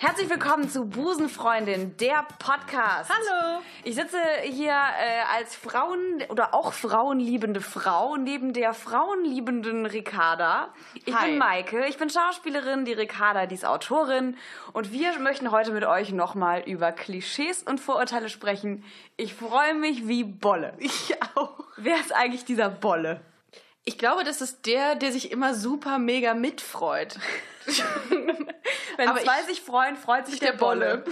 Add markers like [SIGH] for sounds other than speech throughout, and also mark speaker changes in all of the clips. Speaker 1: Herzlich willkommen zu Busenfreundin, der Podcast.
Speaker 2: Hallo.
Speaker 1: Ich sitze hier äh, als Frauen- oder auch frauenliebende Frau neben der frauenliebenden Ricarda. Ich
Speaker 2: Hi.
Speaker 1: bin Maike, ich bin Schauspielerin, die Ricarda, die ist Autorin. Und wir möchten heute mit euch nochmal über Klischees und Vorurteile sprechen. Ich freue mich wie Bolle.
Speaker 2: Ich auch.
Speaker 1: Wer ist eigentlich dieser Bolle?
Speaker 2: Ich glaube, das ist der, der sich immer super mega [LAUGHS] mitfreut.
Speaker 1: Wenn
Speaker 2: Aber
Speaker 1: zwei
Speaker 2: ich-
Speaker 1: sich freuen, freut sich der, Bolle.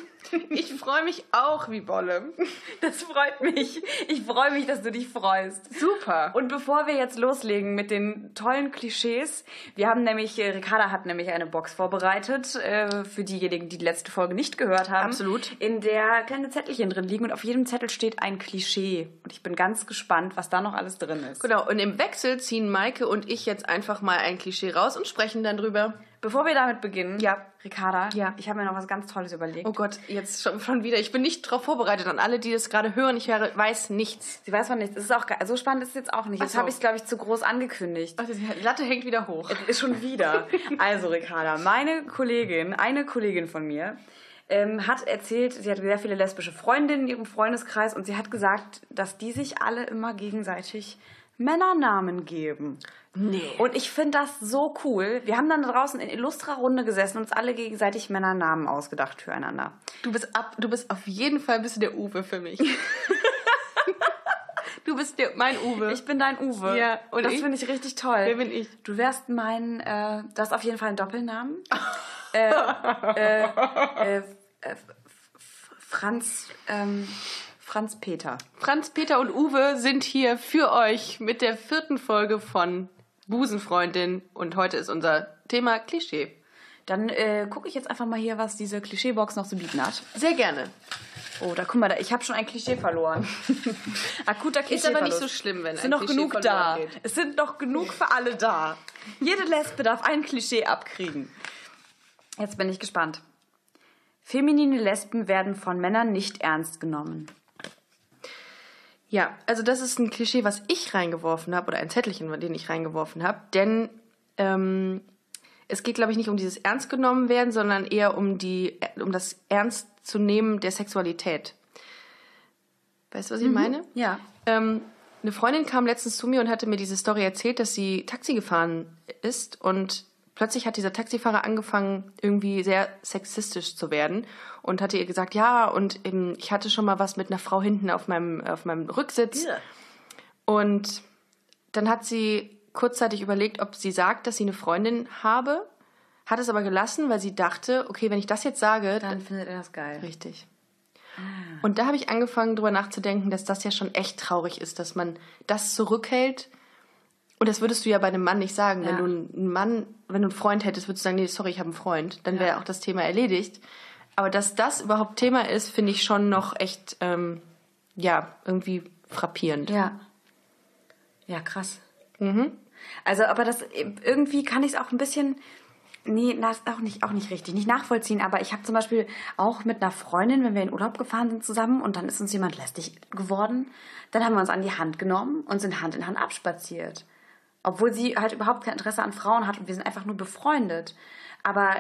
Speaker 2: Ich freue mich auch wie Bolle.
Speaker 1: Das freut mich. Ich freue mich, dass du dich freust.
Speaker 2: Super.
Speaker 1: Und bevor wir jetzt loslegen mit den tollen Klischees, wir haben nämlich, äh, Ricarda hat nämlich eine Box vorbereitet, äh, für diejenigen, die die letzte Folge nicht gehört haben.
Speaker 2: Absolut.
Speaker 1: In der kleine Zettelchen drin liegen und auf jedem Zettel steht ein Klischee. Und ich bin ganz gespannt, was da noch alles drin ist.
Speaker 2: Genau, und im Wechsel ziehen Maike und ich jetzt einfach mal ein Klischee raus und sprechen dann drüber.
Speaker 1: Bevor wir damit beginnen,
Speaker 2: Ja.
Speaker 1: Ricarda,
Speaker 2: Ja.
Speaker 1: ich habe mir noch was ganz Tolles überlegt.
Speaker 2: Oh Gott, jetzt schon, schon wieder. Ich bin nicht drauf vorbereitet. An alle, die das gerade hören, ich höre, weiß nichts.
Speaker 1: Sie weiß von nichts. Es ist auch ge- so spannend ist es jetzt auch nicht. Jetzt
Speaker 2: so.
Speaker 1: habe ich es, glaube ich, zu groß angekündigt.
Speaker 2: Also, die Latte hängt wieder hoch.
Speaker 1: Ist [LAUGHS] schon wieder. Also, Ricarda, meine Kollegin, eine Kollegin von mir, ähm, hat erzählt, sie hat sehr viele lesbische Freundinnen in ihrem Freundeskreis und sie hat gesagt, dass die sich alle immer gegenseitig Männernamen geben.
Speaker 2: Nee. Und
Speaker 1: Und ich finde das so cool. Wir haben dann draußen in illustrer Runde gesessen und uns alle gegenseitig Männernamen ausgedacht füreinander.
Speaker 2: du bist ab, du bist auf jeden Fall bist du der Uwe für [LAUGHS] mich. du bist der, mein Uwe.
Speaker 1: Ich bin dein Uwe.
Speaker 2: Ja, und
Speaker 1: das
Speaker 2: ich-
Speaker 1: finde ich richtig toll.
Speaker 2: Wer bin ich?
Speaker 1: Du wärst mein, äh, du hast auf jeden Fall einen
Speaker 2: [LAUGHS]
Speaker 1: Doppelnamen. äh, äh, äh, F- F- Franz, ähm, Franz Peter.
Speaker 2: Franz, Peter und Uwe sind hier für euch mit der vierten Folge von Busenfreundin und heute ist unser Thema Klischee.
Speaker 1: Dann äh, gucke ich jetzt einfach mal hier, was diese Klischeebox noch zu bieten hat.
Speaker 2: Sehr gerne.
Speaker 1: Oh, da guck mal, da, ich habe schon ein Klischee
Speaker 2: [LAUGHS]
Speaker 1: verloren. Akuter Klischee.
Speaker 2: aber nicht so schlimm, wenn
Speaker 1: es
Speaker 2: ein
Speaker 1: sind noch
Speaker 2: Klischee
Speaker 1: genug
Speaker 2: verloren
Speaker 1: da.
Speaker 2: geht.
Speaker 1: Es sind noch genug für alle da. Jede Lesbe darf ein Klischee abkriegen. Jetzt bin ich gespannt. Feminine Lesben werden von Männern nicht ernst genommen.
Speaker 2: Ja, also das ist ein Klischee, was ich reingeworfen habe oder ein Zettelchen, den ich reingeworfen habe, denn ähm, es geht, glaube ich, nicht um dieses Ernst genommen werden, sondern eher um die, um das Ernst zu nehmen der Sexualität. Weißt du, was ich meine?
Speaker 1: Ja.
Speaker 2: Ähm, eine Freundin kam letztens zu mir und hatte mir diese Story erzählt, dass sie Taxi gefahren ist und plötzlich hat dieser Taxifahrer angefangen, irgendwie sehr sexistisch zu werden und hatte ihr gesagt, ja, und ähm, ich hatte schon mal was mit einer Frau hinten auf meinem, auf meinem Rücksitz. Und dann hat sie kurzzeitig überlegt, ob sie sagt, dass sie eine Freundin habe, hat es aber gelassen, weil sie dachte, okay, wenn ich das jetzt sage, dann
Speaker 1: Dann findet er das geil.
Speaker 2: Richtig.
Speaker 1: Ah.
Speaker 2: Und da habe ich angefangen, drüber nachzudenken, dass das ja schon echt traurig ist, dass man das zurückhält. Und das würdest du ja bei einem Mann nicht sagen.
Speaker 1: Ja.
Speaker 2: Wenn du einen Mann, wenn du einen Freund hättest, würdest du sagen, nee, sorry, ich habe einen Freund. Dann wäre auch das Thema erledigt. Aber dass das überhaupt Thema ist, finde ich schon noch echt, ähm, ja, irgendwie frappierend.
Speaker 1: Ja. Ja, krass. Also, aber das irgendwie kann ich es auch ein bisschen. Nee, das ist auch nicht, auch nicht richtig, nicht nachvollziehen. Aber ich habe zum Beispiel auch mit einer Freundin, wenn wir in Urlaub gefahren sind zusammen und dann ist uns jemand lästig geworden, dann haben wir uns an die Hand genommen und sind Hand in Hand abspaziert. Obwohl sie halt überhaupt kein Interesse an Frauen hat und wir sind einfach nur befreundet. Aber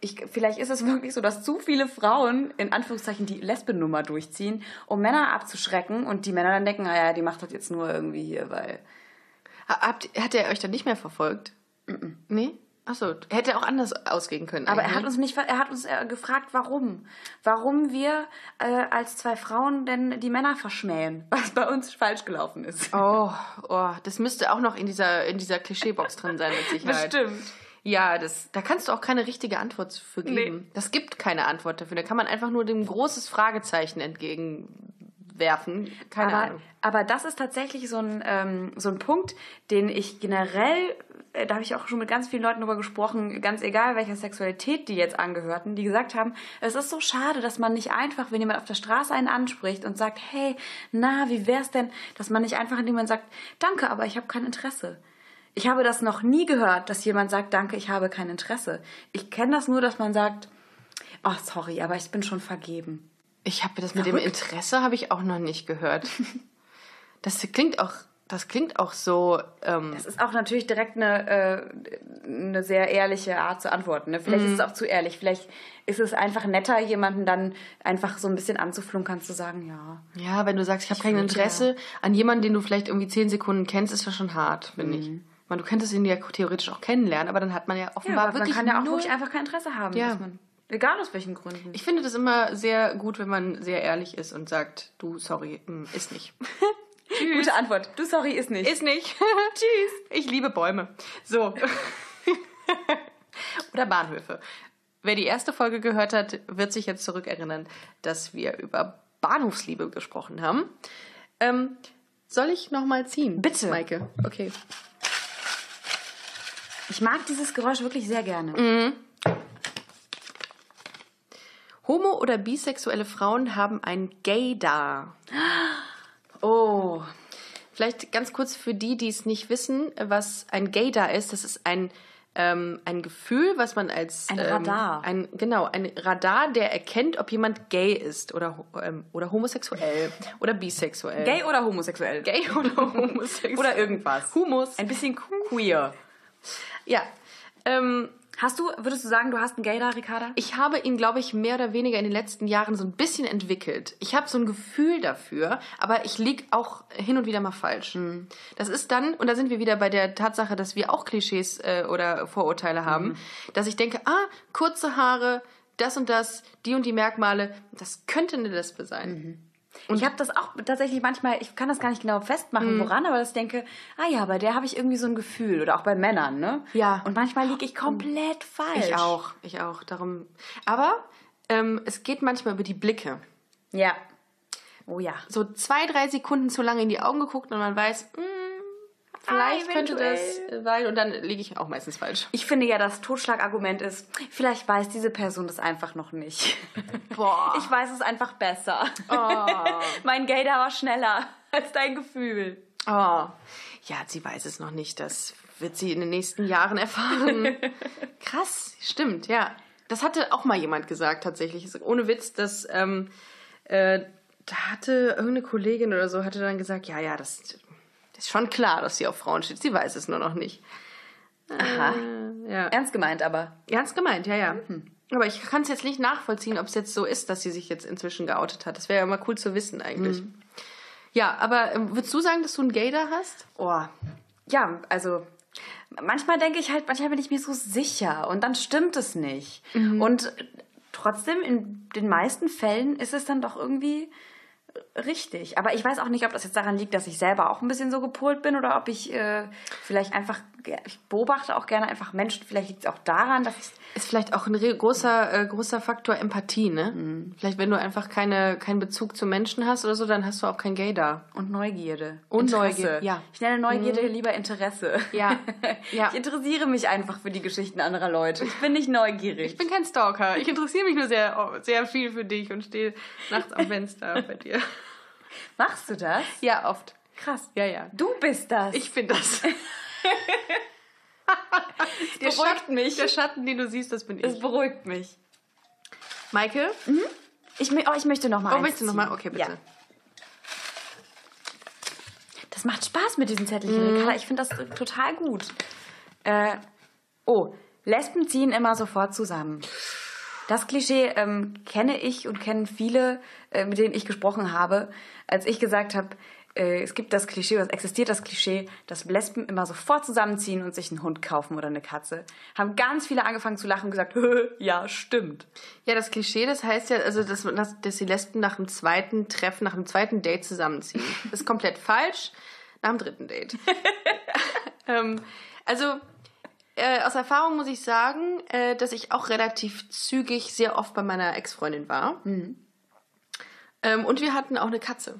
Speaker 1: ich, vielleicht ist es wirklich so, dass zu viele Frauen in Anführungszeichen die Lesbennummer durchziehen, um Männer abzuschrecken und die Männer dann denken, naja, die macht das jetzt nur irgendwie hier, weil.
Speaker 2: Ha- Habt, hat er euch dann nicht mehr verfolgt? Nee? Achso, hätte auch anders ausgehen können.
Speaker 1: Aber er
Speaker 2: eigentlich.
Speaker 1: hat uns nicht, ver- er hat uns äh, gefragt, warum, warum wir äh, als zwei Frauen denn die Männer verschmähen, was bei uns falsch gelaufen ist.
Speaker 2: Oh, oh, das müsste auch noch in dieser, in dieser Klischeebox drin sein, mit Sicherheit. Ja, das, da kannst du auch keine richtige Antwort für geben.
Speaker 1: Nee.
Speaker 2: Das gibt keine Antwort dafür. Da kann man einfach nur dem großes Fragezeichen entgegenwerfen. Keine
Speaker 1: Aber,
Speaker 2: Ahnung.
Speaker 1: aber das ist tatsächlich so ein, ähm, so ein Punkt, den ich generell, äh, da habe ich auch schon mit ganz vielen Leuten drüber gesprochen, ganz egal welcher Sexualität die jetzt angehörten, die gesagt haben, es ist so schade, dass man nicht einfach, wenn jemand auf der Straße einen anspricht und sagt, hey, na, wie wär's denn, dass man nicht einfach, indem man sagt, danke, aber ich habe kein Interesse. Ich habe das noch nie gehört, dass jemand sagt, danke, ich habe kein Interesse. Ich kenne das nur, dass man sagt, oh, sorry, aber ich bin schon vergeben.
Speaker 2: Ich habe das mit dem Interesse habe ich auch noch nicht [LAUGHS] gehört. Das klingt auch, das klingt auch so. Ähm,
Speaker 1: Das ist auch natürlich direkt eine, äh, eine sehr ehrliche Art zu antworten. Ne? Vielleicht
Speaker 2: Mhm.
Speaker 1: ist es auch zu ehrlich. Vielleicht ist es einfach netter, jemanden dann einfach so ein bisschen anzuflunkern, zu sagen, ja.
Speaker 2: ja, wenn du sagst, ich habe kein
Speaker 1: würd,
Speaker 2: Interesse an jemanden, den du vielleicht irgendwie zehn Sekunden kennst, ist das schon hart, finde ich. Ich meine, du könntest ihn ja theoretisch auch kennenlernen, aber dann hat man Mhm. ja offenbar
Speaker 1: aber
Speaker 2: wirklich
Speaker 1: man kann ja auch
Speaker 2: null
Speaker 1: ruhig einfach kein Interesse haben.
Speaker 2: Ja.
Speaker 1: dass Man, egal aus welchen Gründen.
Speaker 2: Ich finde das immer sehr gut, wenn man sehr ehrlich ist und sagt, du, sorry, mm, ist nicht.
Speaker 1: Gute Antwort. Du, sorry, ist nicht.
Speaker 2: Ist [LAUGHS] nicht. Tschüss. Ich liebe Bäume. So. Oder Bahnhöfe. Wer die erste Folge gehört hat, wird sich jetzt zurückerinnern, dass wir über Bahnhofsliebe gesprochen haben. Ähm, soll ich nochmal ziehen?
Speaker 1: Bitte.
Speaker 2: Maike. Okay.
Speaker 1: ich mag dieses Geräusch wirklich sehr gerne.
Speaker 2: Mhm. Homo- oder bisexuelle Frauen haben ein Gaydar.
Speaker 1: Oh.
Speaker 2: Vielleicht ganz kurz für die, die es nicht wissen, was ein Gaydar ist. Das ist ein, ähm, ein Gefühl, was man als
Speaker 1: Ein
Speaker 2: ähm,
Speaker 1: Radar.
Speaker 2: ein, genau, ein Radar, der erkennt, ob jemand gay ist oder, ho- ähm, oder homosexuell oder bisexuell.
Speaker 1: Gay oder homosexuell?
Speaker 2: Gay oder homosexuell.
Speaker 1: Oder irgendwas.
Speaker 2: Humus.
Speaker 1: Ein bisschen queer.
Speaker 2: Ja. Ähm,
Speaker 1: Hast du, würdest du sagen, du hast einen Gay da, Ricarda?
Speaker 2: ich habe ihn, glaube ich, mehr oder weniger in den letzten Jahren so ein bisschen entwickelt. Ich habe so ein Gefühl dafür, aber ich lieg auch hin und wieder mal falsch. Hm. Das ist dann, und da sind wir wieder bei der Tatsache, dass wir auch Klischees äh, oder Vorurteile haben,
Speaker 1: Mhm.
Speaker 2: dass ich denke, ah, kurze Haare, das und das, die und die Merkmale, das könnte eine Lesbe sein.
Speaker 1: Mhm. Und ich habe das auch tatsächlich manchmal, ich kann das gar nicht genau
Speaker 2: Mhm.
Speaker 1: festmachen, woran, aber dass ich denke, ah ja, bei der habe ich irgendwie so ein Gefühl. Oder auch bei Männern, ne?
Speaker 2: Ja.
Speaker 1: Und manchmal liege ich komplett falsch.
Speaker 2: Ich auch, ich auch. Darum. Aber ähm, es geht manchmal über die Blicke.
Speaker 1: Ja. Oh ja.
Speaker 2: so zwei, drei Sekunden zu lange in die Augen geguckt und man weiß, mm, vielleicht
Speaker 1: Ah,
Speaker 2: könnte das
Speaker 1: eventuell.
Speaker 2: sein. Und dann liege ich auch meistens falsch.
Speaker 1: Ich finde ja, das Totschlagargument ist, vielleicht weiß diese Person das einfach noch nicht.
Speaker 2: Boah.
Speaker 1: [LAUGHS] Ich weiß es einfach besser. [LAUGHS] mein Gator war schneller als dein Gefühl.
Speaker 2: oh. Ja, sie weiß es noch nicht. Das wird sie in den nächsten Jahren erfahren. Krass, stimmt, ja. Das hatte auch mal jemand gesagt, tatsächlich. Ist Ohne Witz, dass ähm, äh, da hatte irgendeine Kollegin oder so, hatte dann gesagt, ja, ja, das, das ist schon klar, dass sie auf Frauen steht. Sie weiß es nur noch nicht.
Speaker 1: Aha.
Speaker 2: Ja.
Speaker 1: Ernst gemeint, aber.
Speaker 2: Ernst gemeint, ja, ja. Aber ich kann es jetzt nicht nachvollziehen, ob es jetzt so ist, dass sie sich jetzt inzwischen geoutet hat. Das wäre ja mal cool zu wissen eigentlich. Ja, aber ähm, würdest du sagen, dass du einen Gator hast?
Speaker 1: Oh. Ja, also manchmal denke ich halt, manchmal bin ich mir so sicher und dann stimmt es nicht.
Speaker 2: Mhm.
Speaker 1: Und trotzdem, in den meisten Fällen ist es dann doch irgendwie richtig. Aber ich weiß auch nicht, ob das jetzt daran liegt, dass ich selber auch ein bisschen so gepolt bin oder ob ich äh, vielleicht einfach, ge- ich beobachte auch gerne einfach Menschen. Vielleicht liegt es auch daran, dass ich
Speaker 2: Ist vielleicht auch ein re- großer, äh, großer Faktor Empathie, ne? Vielleicht, wenn du einfach keine, keinen Bezug zu Menschen hast oder so, dann hast du auch kein Gator.
Speaker 1: Und Neugierde.
Speaker 2: Und
Speaker 1: Interesse.
Speaker 2: Neugier- ja. Mhm.
Speaker 1: Ich nenne Neugierde lieber Interesse. [LAUGHS]
Speaker 2: Ja. Ja.
Speaker 1: Ich interessiere mich einfach für die Geschichten anderer Leute. Ich bin nicht neugierig.
Speaker 2: Ich bin kein Stalker. Ich interessiere mich nur sehr, oh, sehr viel für dich und stehe nachts am Fenster [LAUGHS] bei dir.
Speaker 1: Machst du das?
Speaker 2: Ja, oft.
Speaker 1: Krass.
Speaker 2: Ja, ja.
Speaker 1: Du bist das.
Speaker 2: Ich bin das. [LAUGHS] der
Speaker 1: beruhigt mich.
Speaker 2: Der Schatten, den du siehst, das bin
Speaker 1: das
Speaker 2: ich.
Speaker 1: beruhigt mich.
Speaker 2: Maike?
Speaker 1: Ich, mö- oh, ich möchte noch mal
Speaker 2: Oh,
Speaker 1: eins
Speaker 2: willst du noch
Speaker 1: ziehen.
Speaker 2: mal? Okay, bitte.
Speaker 1: Ja. Das macht Spaß mit diesen Zettelchen,
Speaker 2: Mhm.
Speaker 1: Ricarda. Ich finde das total gut. Äh, oh, Lesben ziehen immer sofort zusammen. Das Klischee ähm, kenne ich und kennen viele, äh, mit denen ich gesprochen habe, als ich gesagt habe, äh, es gibt das Klischee, oder es existiert das Klischee, dass Lesben immer sofort zusammenziehen und sich einen Hund kaufen oder eine Katze. Haben ganz viele angefangen zu lachen und gesagt, [LAUGHS] "Hö, ja, stimmt.
Speaker 2: Ja, das Klischee, das heißt ja, also, dass, dass, dass die Lesben nach dem zweiten Treffen, nach dem zweiten Date zusammenziehen. Das ist komplett falsch. Nach dem dritten Date. ähm, also, äh, aus Erfahrung muss ich sagen, äh, dass ich auch relativ zügig sehr oft bei meiner Ex-Freundin war. Ähm, und wir hatten auch eine Katze.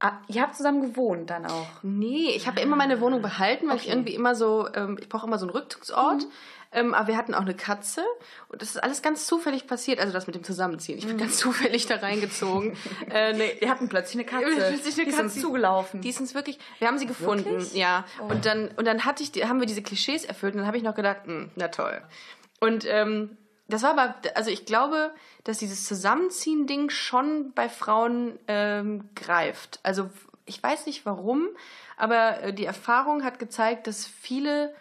Speaker 1: Ah, ihr habt zusammen gewohnt dann auch.
Speaker 2: Nee, ich habe immer meine Wohnung behalten, weil ich irgendwie immer so, ähm, ich brauche immer so einen Rückzugsort. Ähm, aber wir hatten auch eine Katze und das ist alles ganz zufällig passiert. Also das mit dem Zusammenziehen. Ich bin ganz [LAUGHS] zufällig da reingezogen. äh, nee,
Speaker 1: Wir hatten plötzlich eine Katze.
Speaker 2: Wir hatten plötzlich eine
Speaker 1: die ist uns
Speaker 2: Katze.
Speaker 1: zugelaufen.
Speaker 2: Die ist uns wirklich. Wir haben sie gefunden, ja. Und dann und dann hatte ich, die- haben wir diese Klischees erfüllt und dann habe ich noch gedacht, hm, na toll. Und ähm, das war aber, also ich glaube, dass dieses Zusammenziehen-Ding schon bei Frauen ähm, greift. Also ich weiß nicht warum, aber äh, die Erfahrung hat gezeigt, dass viele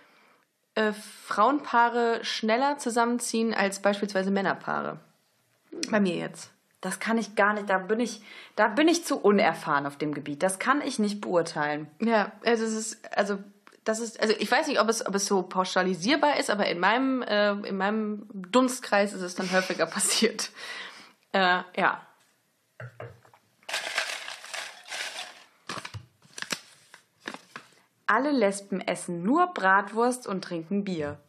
Speaker 2: äh, Frauenpaare schneller zusammenziehen als beispielsweise Männerpaare. Bei mir jetzt.
Speaker 1: das kann ich gar nicht, da bin ich, da bin ich zu unerfahren auf dem Gebiet. Das kann ich nicht beurteilen.
Speaker 2: Ja, also es ist, also das ist, also ich weiß nicht, ob es, ob es so pauschalisierbar ist, aber in meinem, äh, in meinem Dunstkreis ist es dann häufiger [LAUGHS] passiert. Äh, ja.
Speaker 1: Alle Lesben essen nur Bratwurst und trinken Bier.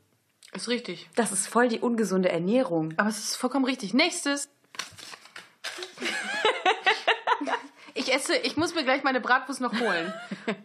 Speaker 2: Ist richtig.
Speaker 1: Das ist voll die ungesunde Ernährung.
Speaker 2: Aber es ist vollkommen richtig. Nächstes. [LAUGHS] ich esse, ich muss mir gleich meine Bratwurst noch holen.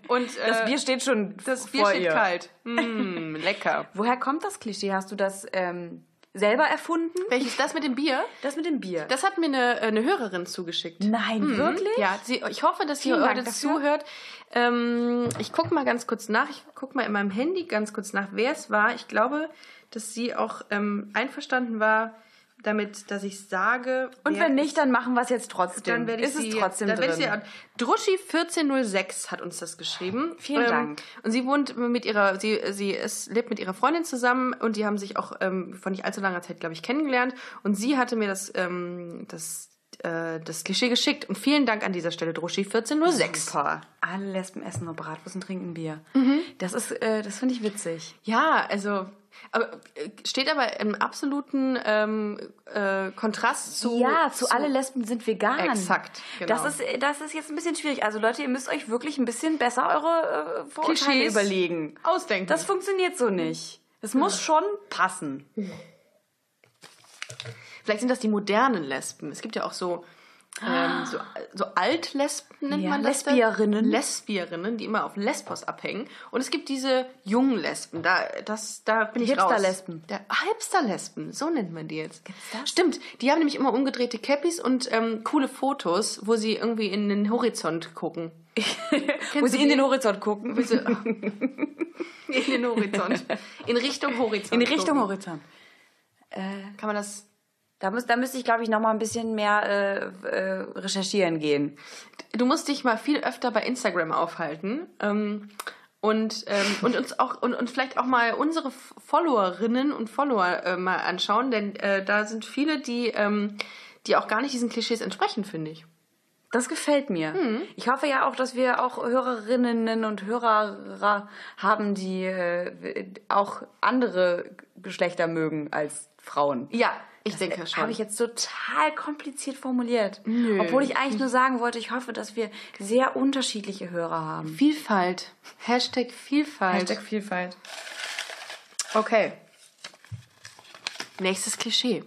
Speaker 2: Und äh,
Speaker 1: Das Bier steht schon
Speaker 2: das Bier
Speaker 1: vor
Speaker 2: steht
Speaker 1: ihr.
Speaker 2: kalt. Mm, lecker.
Speaker 1: Woher kommt das Klischee? Hast du das ähm, selber erfunden?
Speaker 2: Welches das mit dem Bier?
Speaker 1: Das mit dem Bier.
Speaker 2: Das hat mir eine, äh, eine Hörerin zugeschickt.
Speaker 1: Nein, wirklich?
Speaker 2: Mhm. Ja, sie, ich hoffe, dass ihr
Speaker 1: Vielen Dank
Speaker 2: heute
Speaker 1: dafür.
Speaker 2: zuhört. Ähm, ich gucke mal ganz kurz nach. Ich gucke mal in meinem Handy ganz kurz nach, wer es war. Ich glaube, dass sie auch ähm, einverstanden war damit, dass ich sage.
Speaker 1: Und
Speaker 2: wer
Speaker 1: wenn
Speaker 2: es-
Speaker 1: nicht, dann machen wir es jetzt trotzdem.
Speaker 2: dann werde ich
Speaker 1: ist
Speaker 2: sie,
Speaker 1: es trotzdem
Speaker 2: dann
Speaker 1: drin.
Speaker 2: werde ich sie Druschi 1406 hat uns das geschrieben. Ähm,
Speaker 1: Vielen Dank.
Speaker 2: Und sie wohnt mit ihrer, sie, sie ist, lebt mit ihrer Freundin zusammen und die haben sich auch ähm, vor nicht allzu langer Zeit, glaube ich, kennengelernt. Und sie hatte mir das, ähm, das, äh, das Klischee geschickt. Und vielen Dank an dieser Stelle, Druschi 1406.
Speaker 1: Super. Alle Lesben essen nur Bratwurst und trinken Bier.
Speaker 2: Mhm.
Speaker 1: Das ist, äh, das finde ich witzig.
Speaker 2: Ja, also aber, äh, steht aber im absoluten ähm, äh, Kontrast zu.
Speaker 1: ja, zu alle Lesben sind vegan.
Speaker 2: Exakt, genau.
Speaker 1: Das ist, äh, das ist jetzt ein bisschen schwierig. Also Leute, ihr müsst euch wirklich ein bisschen besser eure äh, Vorurteile
Speaker 2: Klischees
Speaker 1: überlegen.
Speaker 2: Ausdenken.
Speaker 1: Das funktioniert so nicht. Es muss schon passen.
Speaker 2: Vielleicht sind das die modernen Lesben. Es gibt ja auch so, ähm, so, so Altlesben, nennt
Speaker 1: Ja,
Speaker 2: man das.
Speaker 1: Lesbierinnen.
Speaker 2: Dann? Lesbierinnen, die immer auf Lesbos abhängen. Und es gibt diese jungen Lesben. Da, das, da bin ich raus.
Speaker 1: Hipster-Lesben.
Speaker 2: Da- ah, Hipster-Lesben, so nennt man die jetzt.
Speaker 1: Gibt's das?
Speaker 2: Stimmt, die haben nämlich immer umgedrehte Cappies und ähm, coole Fotos, wo sie irgendwie in den Horizont gucken.
Speaker 1: [LAUGHS] Wo sie
Speaker 2: du
Speaker 1: in
Speaker 2: die?
Speaker 1: den Horizont gucken.
Speaker 2: [LAUGHS] In den Horizont. In Richtung Horizont.
Speaker 1: In die Richtung
Speaker 2: gucken.
Speaker 1: Horizont.
Speaker 2: Kann man das
Speaker 1: Da, muss, da müsste ich, glaube ich, noch mal ein bisschen mehr äh, äh, recherchieren gehen.
Speaker 2: du musst dich mal viel öfter bei Instagram aufhalten ähm, und, ähm, und uns auch und, und vielleicht auch mal unsere F- Followerinnen und Follower äh, mal anschauen, denn äh, da sind viele, die, ähm, die auch gar nicht diesen Klischees entsprechen, finde ich.
Speaker 1: Das gefällt mir. Ich hoffe ja auch, dass wir auch Hörerinnen und Hörer haben, die äh, auch andere Geschlechter mögen als Frauen.
Speaker 2: Ja, ich denke schon.
Speaker 1: Äh, Habe ich jetzt total kompliziert formuliert. Obwohl ich
Speaker 2: Hm.
Speaker 1: eigentlich nur sagen wollte, ich hoffe, dass wir sehr unterschiedliche Hörer haben.
Speaker 2: Vielfalt. Hashtag Vielfalt.
Speaker 1: Vielfalt.
Speaker 2: okay. Nächstes Klischee.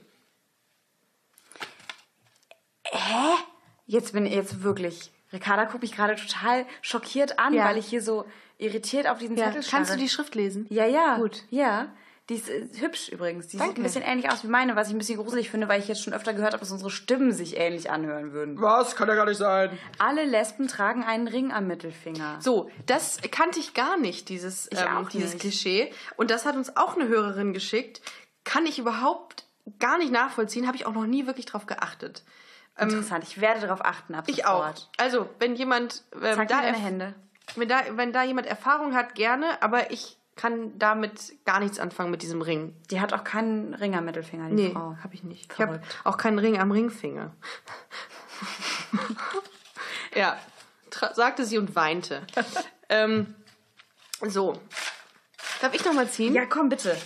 Speaker 1: Jetzt bin ich jetzt wirklich. Ricarda guckt mich gerade total schockiert an,
Speaker 2: Ja.
Speaker 1: weil ich hier so irritiert auf diesen Zettel starre.
Speaker 2: Kannst du die Schrift lesen?
Speaker 1: Ja, ja.
Speaker 2: Gut.
Speaker 1: Ja. Die ist äh, hübsch übrigens. Die sieht
Speaker 2: Danke.
Speaker 1: ein bisschen ähnlich aus wie meine, was ich ein bisschen gruselig finde, weil ich jetzt schon öfter gehört habe, dass unsere Stimmen sich ähnlich anhören würden.
Speaker 3: Was? Kann ja gar nicht sein.
Speaker 1: Alle Lesben tragen einen Ring am Mittelfinger.
Speaker 2: So, das kannte ich gar nicht, dieses, ähm,
Speaker 1: auch
Speaker 2: dieses
Speaker 1: nicht.
Speaker 2: Klischee. Und das hat uns auch eine Hörerin geschickt. Kann ich überhaupt gar nicht nachvollziehen, habe ich auch noch nie wirklich drauf geachtet.
Speaker 1: Interessant. Ich werde darauf achten ab
Speaker 2: ähm, Ich auch.
Speaker 1: sofort.
Speaker 2: Also, wenn jemand, ähm,
Speaker 1: Zeig
Speaker 2: da
Speaker 1: mir deine
Speaker 2: erf-
Speaker 1: Hände.
Speaker 2: Wenn, da, wenn da jemand Erfahrung hat, gerne, aber ich kann damit gar nichts anfangen mit diesem Ring.
Speaker 1: Die hat auch keinen Ring am Mittelfinger, die
Speaker 2: Nee,
Speaker 1: Frau.
Speaker 2: habe ich nicht.
Speaker 1: Verrückt.
Speaker 2: Ich habe auch keinen Ring am Ringfinger. [LAUGHS] ja, tra- sagte sie und [LAUGHS] weinte. ähm, so. Darf ich nochmal ziehen?
Speaker 1: Ja, komm bitte.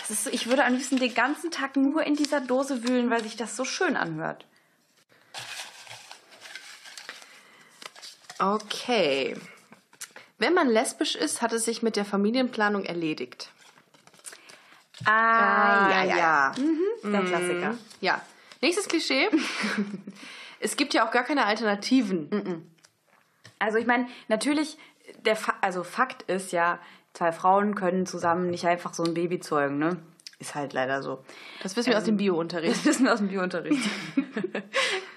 Speaker 1: Das ist so, ich würde am liebsten den ganzen Tag nur in dieser Dose wühlen, weil sich das so schön anhört.
Speaker 2: Okay. Wenn man lesbisch ist, hat es sich mit der Familienplanung erledigt.
Speaker 1: Ah,
Speaker 2: ja, ja. Ah, Hm.
Speaker 1: Mhm, der Klassiker.
Speaker 2: [LAUGHS] Ja. Nächstes Klischee. es gibt ja auch gar keine Alternativen.
Speaker 1: Also ich meine, natürlich, der Fa also Fakt ist ja, zwei Frauen können zusammen nicht einfach so ein Baby zeugen, ne? Ist halt leider so.
Speaker 2: Das wissen wir Ähm. [LAUGHS] aus dem Bio-Unterricht.
Speaker 1: Das wissen wir aus dem Biounterricht. [LAUGHS]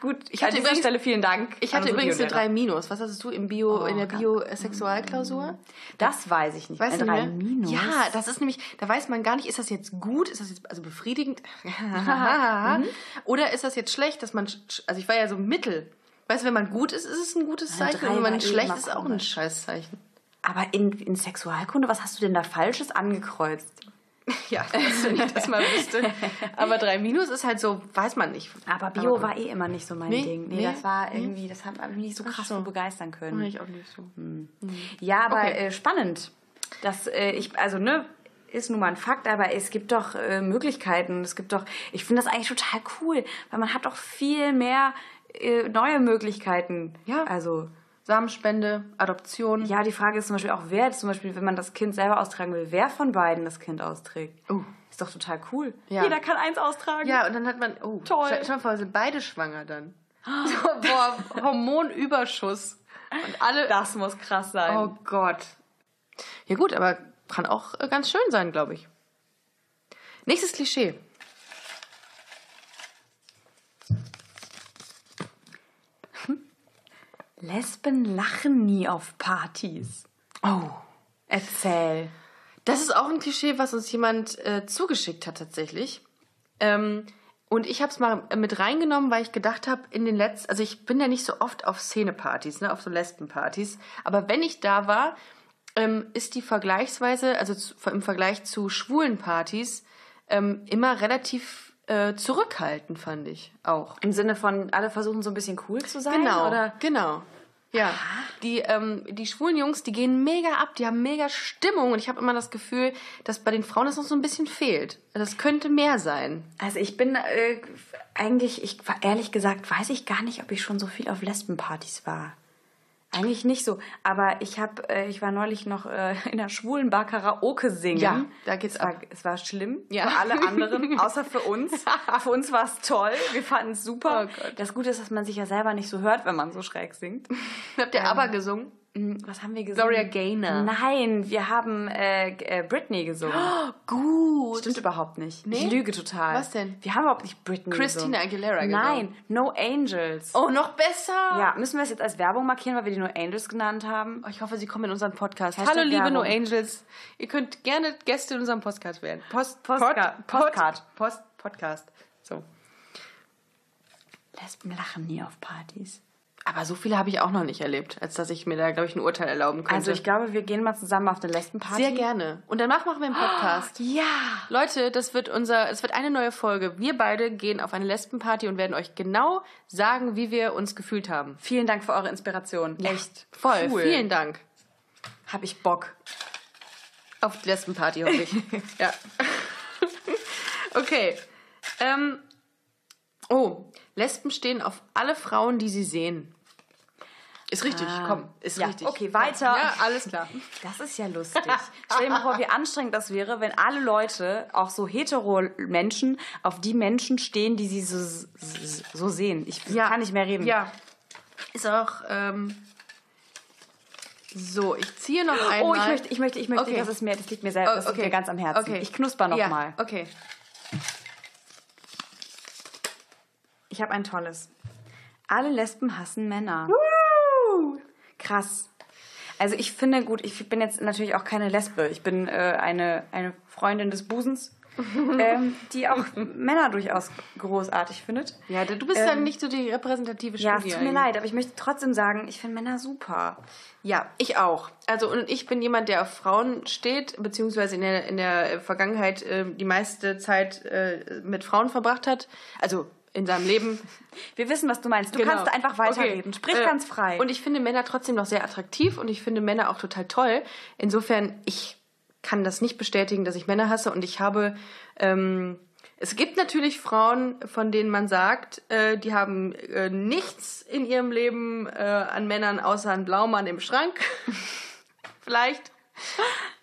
Speaker 1: Gut, ich hatte
Speaker 2: hatte
Speaker 1: an dieser
Speaker 2: übrigens-
Speaker 1: Stelle vielen Dank.
Speaker 2: Ich hatte
Speaker 1: an unsere
Speaker 2: übrigens eine
Speaker 1: Biolehrer.
Speaker 2: 3 Minus. Was hattest du im Bio,
Speaker 1: Oh,
Speaker 2: in der
Speaker 1: gar-
Speaker 2: Bio-Sexualklausur?
Speaker 1: Das weiß ich nicht.
Speaker 2: Weißt
Speaker 1: Eine
Speaker 2: du
Speaker 1: drei
Speaker 2: nicht mehr?
Speaker 1: Minus.
Speaker 2: Ja, das ist nämlich, da weiß man gar nicht, ist das jetzt gut, ist das jetzt also befriedigend [LAUGHS]
Speaker 1: Mhm.
Speaker 2: oder ist das jetzt schlecht, dass man, sch- sch- also ich war ja so mittel. Weißt du, wenn man gut ist, ist es ein gutes
Speaker 1: Eine
Speaker 2: Zeichen
Speaker 1: drei
Speaker 2: und wenn
Speaker 1: war
Speaker 2: man
Speaker 1: eh
Speaker 2: schlecht
Speaker 1: immer
Speaker 2: ist, auch ein
Speaker 1: komisch. [LAUGHS]
Speaker 2: Scheißzeichen.
Speaker 1: Aber in, in Sexualkunde, was hast du denn da Falsches angekreuzt?
Speaker 2: Ja, [LAUGHS] dass du nicht das mal wüsste. Aber 3 Minus ist halt so, weiß man nicht.
Speaker 1: Aber Bio war eh immer nicht so mein
Speaker 2: Nee,
Speaker 1: Ding. Nee,
Speaker 2: nee,
Speaker 1: das war
Speaker 2: nee.
Speaker 1: irgendwie, das hat mich nicht so krass
Speaker 2: so.
Speaker 1: so. begeistern können.
Speaker 2: ich Mhm. auch nicht so.
Speaker 1: Ja, aber
Speaker 2: Okay.
Speaker 1: äh, spannend. Das, äh, ich, also, ne, ist nun mal ein Fakt, aber es gibt doch äh, Möglichkeiten. Es gibt doch, ich finde das eigentlich total cool, weil man hat doch viel mehr äh, neue Möglichkeiten.
Speaker 2: Ja.
Speaker 1: Also,
Speaker 2: Samenspende, Adoption.
Speaker 1: ja, die Frage ist zum Beispiel auch, wer jetzt zum Beispiel, wenn man das Kind selber austragen will, wer von beiden das Kind austrägt.
Speaker 2: Oh.
Speaker 1: Ist doch total cool.
Speaker 2: Ja.
Speaker 1: Jeder kann eins austragen.
Speaker 2: Ja, und dann hat man, oh,
Speaker 1: Toll.
Speaker 2: Stell, stell mal vor, sind beide schwanger dann. [GASPS] So, boah, Hormonüberschuss.
Speaker 1: [LAUGHS]
Speaker 2: Und alle,
Speaker 1: Das muss krass sein.
Speaker 2: Oh Gott. Ja gut, aber kann auch äh, ganz schön sein, glaube ich. Nächstes Klischee.
Speaker 1: Lesben lachen nie auf Partys.
Speaker 2: Oh.
Speaker 1: Erzähl.
Speaker 2: Das ist auch ein Klischee, was uns jemand äh, zugeschickt hat tatsächlich. Ähm, und ich habe es mal mit reingenommen, weil ich gedacht habe, in den letzten, also ich bin ja nicht so oft auf Szenepartys, ne, auf so Lesbenpartys, aber wenn ich da war, ähm, ist die vergleichsweise, also zu, im Vergleich zu schwulen Partys, ähm, immer relativ äh, zurückhaltend, fand ich auch.
Speaker 1: Im Sinne von, alle versuchen so ein bisschen cool zu sein?
Speaker 2: Genau,
Speaker 1: Oder?
Speaker 2: genau. Ja, die, ähm, die schwulen Jungs, die gehen mega ab, die haben mega Stimmung und ich habe immer das Gefühl, dass bei den Frauen das noch so ein bisschen fehlt. Das könnte mehr sein.
Speaker 1: Also ich bin äh, eigentlich, ich ehrlich gesagt, weiß ich gar nicht, ob ich schon so viel auf Lesbenpartys war. Eigentlich nicht so. Aber ich habe, äh, ich war neulich noch äh, in der schwulen Bar Karaoke singen.
Speaker 2: Ja, da geht's
Speaker 1: es war,
Speaker 2: ab.
Speaker 1: Es war schlimm
Speaker 2: Ja.
Speaker 1: für alle anderen, außer für
Speaker 2: [LAUGHS]
Speaker 1: uns. für uns war es toll. Wir fanden es super.
Speaker 2: Oh Gott.
Speaker 1: das Gute ist, dass man sich ja selber nicht so hört, wenn man so schräg singt.
Speaker 2: Habt ihr aber gesungen?
Speaker 1: Hm, Was haben wir gesungen?
Speaker 2: Gloria Gaynor.
Speaker 1: Nein, wir haben äh, G- äh, Britney gesungen.
Speaker 2: Gut.
Speaker 1: Stimmt überhaupt nicht.
Speaker 2: Oh, Nee?
Speaker 1: Ich lüge total.
Speaker 2: Was denn?
Speaker 1: Wir haben überhaupt nicht Britney.
Speaker 2: Christina
Speaker 1: gesungen.
Speaker 2: Aguilera
Speaker 1: Nein, No Angels.
Speaker 2: Oh, noch besser.
Speaker 1: Ja, müssen wir es jetzt als Werbung markieren, weil wir die No Angels genannt haben?
Speaker 2: Oh, Ich hoffe, sie kommen in unseren Podcast.
Speaker 1: Hashtag
Speaker 2: Hallo, liebe
Speaker 1: Werbung.
Speaker 2: No Angels. Ihr könnt gerne Gäste in unserem Podcast werden. Post,
Speaker 1: Postka- Postcard.
Speaker 2: Pod, Post, Podcast. So.
Speaker 1: Lesben lachen nie auf Partys.
Speaker 2: Aber so viele habe ich auch noch nicht erlebt, als dass ich mir da, glaube ich, ein Urteil erlauben könnte.
Speaker 1: Also ich glaube, wir gehen mal zusammen auf eine Lesbenparty.
Speaker 2: Sehr gerne. Und danach machen wir einen Podcast.
Speaker 1: Ja.
Speaker 2: Leute, das wird unser, es wird eine neue Folge. Wir beide gehen auf eine Lesbenparty und werden euch genau sagen, wie wir uns gefühlt haben.
Speaker 1: Vielen Dank für eure Inspiration. Echt.
Speaker 2: Voll.
Speaker 1: Cool.
Speaker 2: Vielen Dank.
Speaker 1: Hab ich Bock.
Speaker 2: Auf die Lesbenparty hoffe
Speaker 1: [LAUGHS]
Speaker 2: ich. ja. okay. Ähm, oh, Lesben stehen auf alle Frauen, die sie sehen. Ist richtig, komm, ist
Speaker 1: Ah. Ja,
Speaker 2: richtig.
Speaker 1: okay, weiter.
Speaker 2: Ja, alles klar.
Speaker 1: Das ist ja lustig. Stell dir mal vor, wie anstrengend das wäre, wenn alle Leute, auch so hetero Menschen, auf die Menschen stehen, die sie so, so sehen. Ich kann nicht mehr reden.
Speaker 2: Ja. Ist auch. Ähm, so, ich ziehe noch einmal.
Speaker 1: Oh, ich möchte, ich möchte, ich möchte,
Speaker 2: Okay.
Speaker 1: das ist mir, das liegt mir selbst, das liegt mir ganz am Herzen.
Speaker 2: Oh, Okay.
Speaker 1: Ich knusper noch
Speaker 2: ja.
Speaker 1: mal.
Speaker 2: Okay.
Speaker 1: Ich habe ein tolles. Alle Lesben hassen Männer. Krass. Also ich finde gut, ich bin jetzt natürlich auch keine Lesbe. Ich bin äh, eine, eine Freundin des
Speaker 2: [LAUGHS]
Speaker 1: Busens, ähm, die auch Männer durchaus großartig findet.
Speaker 2: Ja, du bist dann nicht so die repräsentative Studie.
Speaker 1: Ähm, Ja, es tut mir
Speaker 2: eigentlich.
Speaker 1: leid, aber ich möchte trotzdem sagen, ich finde Männer super.
Speaker 2: Ja, ich auch. Also und ich bin jemand, der auf Frauen steht, beziehungsweise in der, in der Vergangenheit äh, die meiste Zeit äh, mit Frauen verbracht hat. Also in seinem Leben.
Speaker 1: Wir wissen, was du meinst. Du kannst einfach weiterreden.
Speaker 2: Genau. Okay.
Speaker 1: Sprich
Speaker 2: Äh,
Speaker 1: ganz frei.
Speaker 2: Und ich finde Männer trotzdem noch sehr attraktiv und ich finde Männer auch total toll. Insofern, ich kann das nicht bestätigen, dass ich Männer hasse und ich habe. Ähm, es gibt natürlich Frauen, von denen man sagt, äh, die haben äh, nichts in ihrem Leben äh, an Männern außer [LAUGHS] einen Blaumann im Schrank. Vielleicht.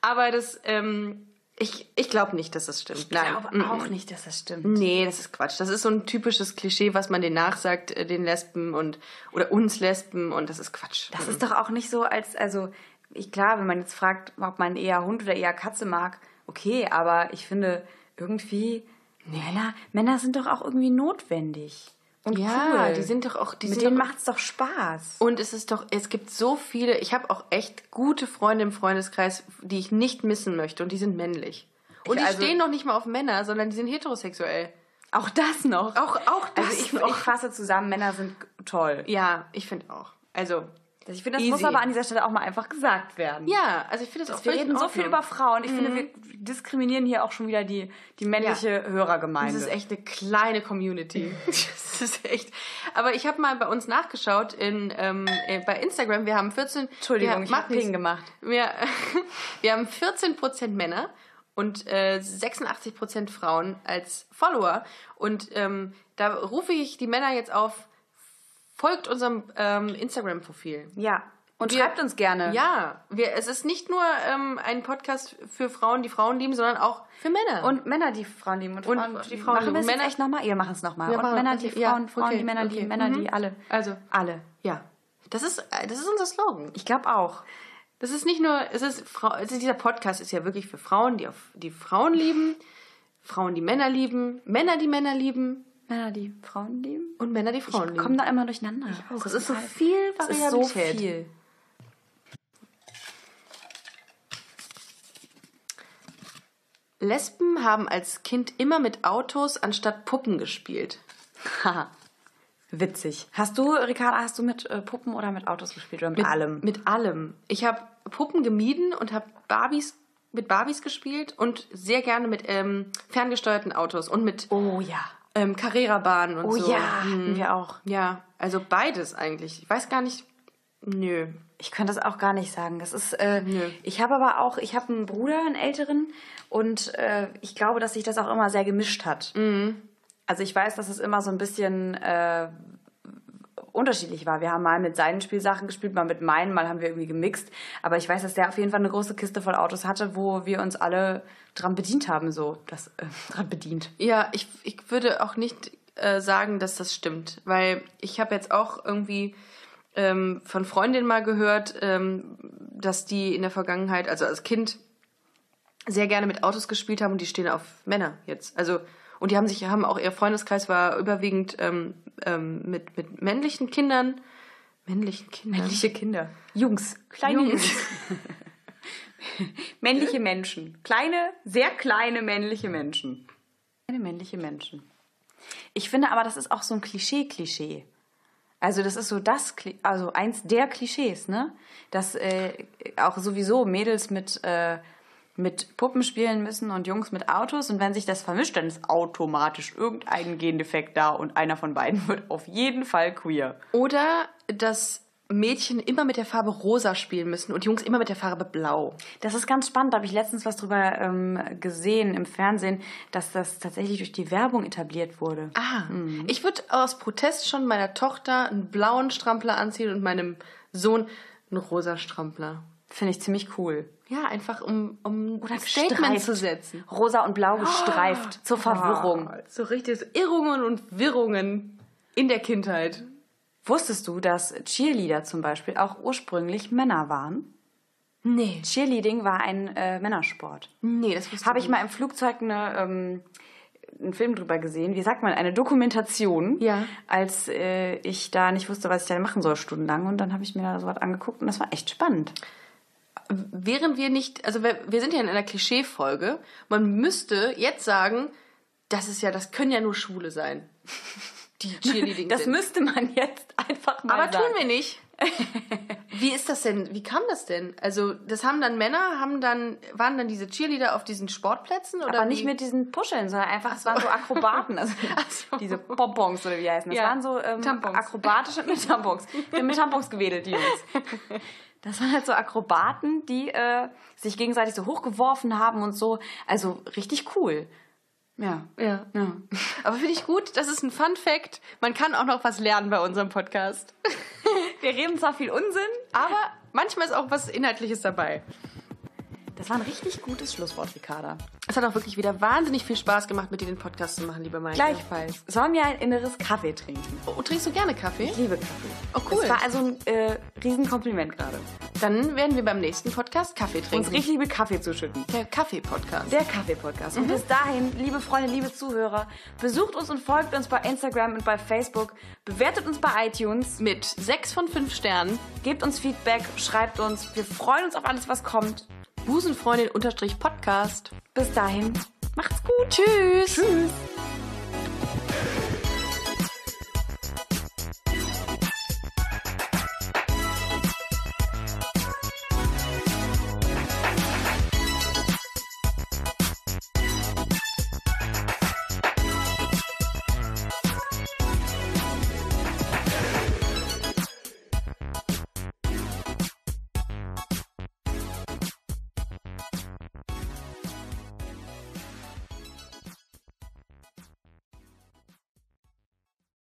Speaker 2: Aber das ähm, Ich, ich glaube nicht, dass das stimmt.
Speaker 1: Ich
Speaker 2: Nein.
Speaker 1: glaube
Speaker 2: Mm, mm.
Speaker 1: auch nicht, dass das stimmt.
Speaker 2: Nee, das ist Quatsch. Das ist so ein typisches Klischee, was man denen nachsagt, äh, den Lesben und oder uns Lesben und das ist Quatsch.
Speaker 1: Das ist doch auch nicht so, als, also, ich, klar, wenn man jetzt fragt, ob man eher Hund oder eher Katze mag, okay, aber ich finde irgendwie, Männer, Männer sind doch auch irgendwie notwendig. Und
Speaker 2: ja,
Speaker 1: cool.
Speaker 2: die sind doch auch die
Speaker 1: Mit
Speaker 2: sind
Speaker 1: denen
Speaker 2: doch-
Speaker 1: macht es doch Spaß.
Speaker 2: Und es ist doch, es gibt so viele, ich habe auch echt gute Freunde im Freundeskreis, die ich nicht missen möchte und die sind männlich. Und
Speaker 1: Ich-
Speaker 2: die
Speaker 1: also-
Speaker 2: stehen noch nicht mal auf Männer, sondern die sind heterosexuell.
Speaker 1: Auch das noch.
Speaker 2: Auch, auch das.
Speaker 1: also ich,
Speaker 2: noch.
Speaker 1: ich fasse zusammen, Männer sind toll.
Speaker 2: ja, ich finde auch. Also,
Speaker 1: Ich finde, das
Speaker 2: Easy.
Speaker 1: muss aber an dieser Stelle auch mal einfach gesagt werden.
Speaker 2: ja, also ich finde das auch
Speaker 1: Wir
Speaker 2: völlig
Speaker 1: reden
Speaker 2: in
Speaker 1: so viel
Speaker 2: Ordnung. Mhm.
Speaker 1: über Frauen. Ich finde, wir diskriminieren hier auch schon wieder die, die männliche Hörergemeinde.
Speaker 2: Das ist echt eine kleine Community. Das ist echt. Aber ich habe mal bei uns nachgeschaut in, ähm, äh, bei Instagram. Wir haben 14.
Speaker 1: Entschuldigung,
Speaker 2: wir,
Speaker 1: ich
Speaker 2: macht
Speaker 1: hab
Speaker 2: nichts.
Speaker 1: Ping gemacht.
Speaker 2: Wir, [LAUGHS] wir haben 14 Prozent Männer und äh, 86 Prozent Frauen als Follower. Und ähm, da rufe ich die Männer jetzt auf. Folgt unserem ähm, Instagram-Profil.
Speaker 1: Ja. Und
Speaker 2: Wir-
Speaker 1: schreibt uns gerne.
Speaker 2: Ja, wir, es ist nicht nur ähm, ein Podcast für Frauen, die Frauen lieben, sondern auch für Männer.
Speaker 1: Und Männer, die Frauen lieben. Und,
Speaker 2: Und
Speaker 1: Frauen, die
Speaker 2: die
Speaker 1: Frauen
Speaker 2: Frauen
Speaker 1: machen
Speaker 2: lieben.
Speaker 1: wir es
Speaker 2: Männer-
Speaker 1: Männer echt nochmal. Ihr machen es nochmal.
Speaker 2: Wir
Speaker 1: Und
Speaker 2: machen-
Speaker 1: Männer, die
Speaker 2: okay, ja,
Speaker 1: Frauen, Frauen, die
Speaker 2: okay,
Speaker 1: Männer
Speaker 2: okay,
Speaker 1: lieben, Männer,
Speaker 2: mhm.
Speaker 1: die alle.
Speaker 2: Also.
Speaker 1: Alle.
Speaker 2: Ja. Das ist, äh, das ist unser Slogan.
Speaker 1: Ich glaube auch.
Speaker 2: Das ist nicht nur, es ist, Frau, es ist, dieser Podcast ist ja wirklich für Frauen, die, auf, die Frauen lieben, Frauen, die Männer lieben, Männer, die Männer lieben
Speaker 1: Männer, die Frauen lieben.
Speaker 2: und Männer, die Frauen lieben.
Speaker 1: Kommen da immer durcheinander.
Speaker 2: auch. Es ist so viel
Speaker 1: Es ist so
Speaker 2: Variabilität.
Speaker 1: viel.
Speaker 2: Lesben haben als Kind immer mit Autos anstatt Puppen gespielt.
Speaker 1: Haha. Witzig. Hast du, Ricarda, hast du mit äh, Puppen oder mit Autos gespielt oder mit, allem?
Speaker 2: Mit allem. Ich habe Puppen gemieden und habe Barbies mit Barbies gespielt und sehr gerne mit ähm, ferngesteuerten Autos und mit
Speaker 1: Oh ja.
Speaker 2: ähm, Carrera-Bahnen und
Speaker 1: Oh
Speaker 2: so. Hm.
Speaker 1: ja,
Speaker 2: mhm.
Speaker 1: hatten wir auch.
Speaker 2: Ja, also beides eigentlich. Ich weiß gar nicht. Nö.
Speaker 1: Ich könnte das auch gar nicht sagen. Das ist, äh,
Speaker 2: Nö.
Speaker 1: ich habe aber auch, ich habe einen Bruder, einen älteren, und äh, ich glaube, dass sich das auch immer sehr gemischt hat. Also ich weiß, dass es immer so ein bisschen äh, unterschiedlich war. Wir haben mal mit seinen Spielsachen gespielt, mal mit meinen, mal haben wir irgendwie gemixt. Aber ich weiß, dass der auf jeden Fall eine große Kiste voll Autos hatte, wo wir uns alle dran bedient haben. So, das äh, [LAUGHS] dran bedient.
Speaker 2: Ja, ich, ich würde auch nicht äh, sagen, dass das stimmt, weil ich habe jetzt auch irgendwie ähm, von Freundinnen mal gehört, ähm, dass die in der Vergangenheit, also als Kind, sehr gerne mit Autos gespielt haben und die stehen auf Männer jetzt. Also und die haben sich haben auch ihr Freundeskreis war überwiegend ähm, ähm, mit mit männlichen Kindern, männlichen Kindern,
Speaker 1: Männliche Kinder. Jungs. Kleine
Speaker 2: Jungs.
Speaker 1: Jungs. [LAUGHS] männliche Menschen. Kleine, sehr kleine männliche Menschen. Kleine männliche Menschen. Ich finde aber, das ist auch so ein Klischee-Klischee. Also das ist so das, Kli- also eins der Klischees, ne? Dass äh, auch sowieso Mädels mit, äh, mit Puppen spielen müssen und Jungs mit Autos. Und wenn sich das vermischt, dann ist automatisch irgendein Gendefekt da und einer von beiden [LAUGHS] wird auf jeden Fall queer.
Speaker 2: Oder dass Mädchen immer mit der Farbe rosa spielen müssen und Jungs immer mit der Farbe blau.
Speaker 1: Das ist ganz spannend. Da habe ich letztens was drüber ähm, gesehen im Fernsehen, dass das tatsächlich durch die Werbung etabliert wurde.
Speaker 2: Ah, ich würde aus Protest schon meiner Tochter einen blauen Strampler anziehen und meinem Sohn einen rosa Strampler.
Speaker 1: Finde ich ziemlich cool.
Speaker 2: Ja, einfach um, um ein
Speaker 1: gestreift.
Speaker 2: zu setzen. Ah.
Speaker 1: Rosa und Blau gestreift zur Verwirrung.
Speaker 2: Oh, So richtig so Irrungen und Wirrungen in der Kindheit.
Speaker 1: Wusstest du, dass Cheerleader zum Beispiel auch ursprünglich Männer waren?
Speaker 2: Nee.
Speaker 1: Cheerleading war ein äh, Männersport.
Speaker 2: Nee, das wusste
Speaker 1: Habe ich mal im Flugzeug eine, ähm, einen Film drüber gesehen, wie sagt man, eine Dokumentation,
Speaker 2: Ja.
Speaker 1: als äh, ich da nicht wusste, was ich da machen soll, stundenlang. Und dann habe ich mir da so was angeguckt und das war echt spannend.
Speaker 2: wären wir nicht, also wir, wir sind ja in einer Klischee-Folge. Man müsste jetzt sagen, das ist ja, das können ja nur Schwule sein. [LAUGHS] Die Cheerleading
Speaker 1: Das
Speaker 2: sind.
Speaker 1: müsste man jetzt einfach mal
Speaker 2: Aber
Speaker 1: sagen.
Speaker 2: tun
Speaker 1: [LAUGHS]
Speaker 2: wir nicht. Wie ist das denn? Wie kam das denn? Also, das haben dann Männer, haben dann, waren dann diese Cheerleader auf diesen Sportplätzen oder
Speaker 1: aber nicht
Speaker 2: wie?
Speaker 1: mit diesen Puscheln, sondern einfach, es waren so Akrobaten. Also
Speaker 2: [LAUGHS] Ach so.
Speaker 1: diese Pompons oder wie die heißen. Das
Speaker 2: Ja,
Speaker 1: waren so ähm,
Speaker 2: Tampons. [LAUGHS]
Speaker 1: akrobatische mit Tampons. Die haben mit Tampons gewedelt, die Jungs. Das waren halt so Akrobaten, die äh, sich gegenseitig so hochgeworfen haben und so. Also richtig cool. Ja.
Speaker 2: Ja. Aber finde ich gut, das ist ein Fun Fact. Man kann auch noch was lernen bei unserem Podcast.
Speaker 1: Wir reden zwar viel Unsinn,
Speaker 2: Aber manchmal ist auch was Inhaltliches dabei.
Speaker 1: Das war ein richtig gutes Schlusswort, Ricarda.
Speaker 2: Es hat auch wirklich wieder wahnsinnig viel Spaß gemacht, mit dir den Podcast zu machen, liebe Maike.
Speaker 1: Gleichfalls. Sollen wir ein inneres Kaffee trinken?
Speaker 2: Oh, trinkst du gerne Kaffee?
Speaker 1: Ich liebe Kaffee.
Speaker 2: Oh, cool.
Speaker 1: Das war also ein äh, Riesenkompliment gerade.
Speaker 2: Dann werden wir beim nächsten Podcast Kaffee
Speaker 1: Uns
Speaker 2: trinken.
Speaker 1: richtig mit Kaffee zu schütten.
Speaker 2: der Kaffee-Podcast.
Speaker 1: Der Kaffee-Podcast. Und bis dahin, liebe Freunde, liebe Zuhörer, besucht uns und folgt uns bei Instagram und bei Facebook, bewertet uns bei iTunes,
Speaker 2: Mit sechs von fünf Sternen,
Speaker 1: gebt uns Feedback, schreibt uns. Wir freuen uns auf alles, was kommt.
Speaker 2: Busenfreundin-Podcast.
Speaker 1: Bis dahin, macht's gut.
Speaker 2: Tschüss.
Speaker 1: Tschüss.